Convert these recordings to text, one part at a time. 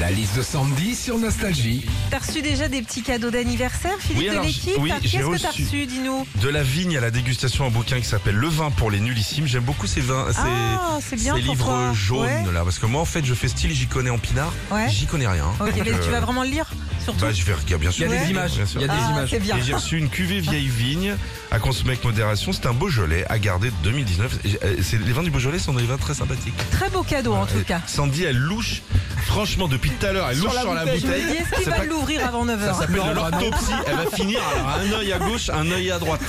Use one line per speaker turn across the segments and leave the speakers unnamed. La liste de Sandy sur Nostalgie.
T'as reçu déjà des petits cadeaux d'anniversaire, Philippe
Oui,
de
alors,
l'équipe
j'ai- oui,
Qu'est-ce
j'ai
que t'as
reçu.
reçu, dis-nous
De la vigne à la dégustation, un bouquin qui s'appelle Le vin pour les nullissimes. J'aime beaucoup ces vins, ces,
Ah, c'est bien
ces
pour
livres
toi.
jaunes
Ouais.
là, parce que moi en fait je fais style, j'y connais en pinard,
Ouais.
j'y connais rien.
Ok,
Donc,
mais tu
euh,
vas vraiment le lire, surtout
Bah je vais regarder bien sûr.
Il y a des
Bien
images,
sûr.
il y a des
Ah,
images.
c'est bien.
Et j'ai reçu une cuvée vieille vigne à consommer avec modération. C'est un Beaujolais à garder de 2019. Et, euh, c'est- Les vins du Beaujolais sont des vins très sympathiques.
Très beau cadeau, en tout
Et
cas.
Sandy, elle louche. Franchement, depuis tout à l'heure, elle louche sur la
Je me dis,
bouteille.
est-ce qu'il
C'est
va
pas-
l'ouvrir avant 9h
s'appelle de l'autopsie. Elle va finir alors, un œil à gauche, un œil à droite.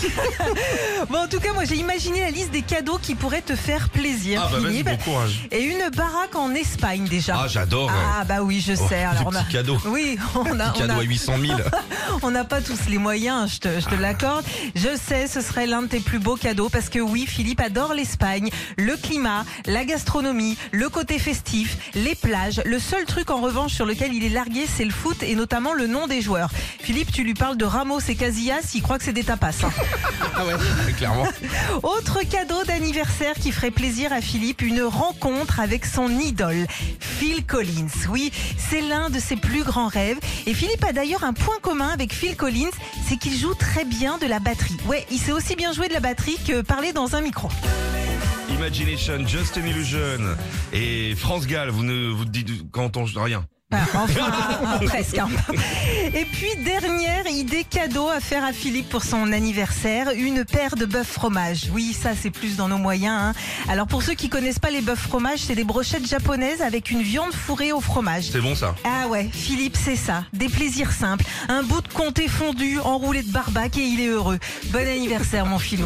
Bon, en tout cas, moi, j'ai imaginé la liste des cadeaux qui pourraient te faire plaisir,
Ah bah vas-y,
Philippe.
bon courage.
Et une baraque en Espagne, déjà.
Ah, j'adore.
Ah, bah oui, je sais.
Oh,
alors,
des
on a...
petits cadeaux.
Oui, on a,
Petit
on
cadeau
a-
à 800 000.
On n'a pas tous les moyens, je te, je te l'accorde. Je sais, ce serait l'un de tes plus beaux cadeaux parce que oui, Philippe adore l'Espagne, le climat, la gastronomie, le côté festif, les plages. Le seul truc en revanche sur lequel il est largué, c'est le foot et notamment le nom des joueurs. Philippe, tu lui parles de Ramos et Casillas, il croit que c'est des tapas. hein.
Ah ouais, clairement.
Autre cadeau d'anniversaire qui ferait plaisir à Philippe, une rencontre avec son idole, Phil Collins. Oui, c'est l'un de ses plus grands rêves. Et Philippe a d'ailleurs un point commun avec Phil Collins, c'est qu'il joue très bien de la batterie. Ouais, il sait aussi bien jouer de la batterie que parler dans un micro.
Imagination, Just an Illusion. Et France Gall, vous ne vous dites quand on rien.
Ah, Enfin, ah, presque. hein. Et puis, dernière idée cadeau à faire à Philippe pour son anniversaire, une paire de bœufs fromage. Oui, ça, c'est plus dans nos moyens. hein. Alors, pour ceux qui connaissent pas les bœufs fromage, c'est des brochettes japonaises avec une viande fourrée au fromage.
C'est bon ça.
Ah ouais, Philippe, c'est ça. Des plaisirs simples. Un bout de comté fondu, enroulé de barbac et il est heureux. Bon anniversaire, mon Philou.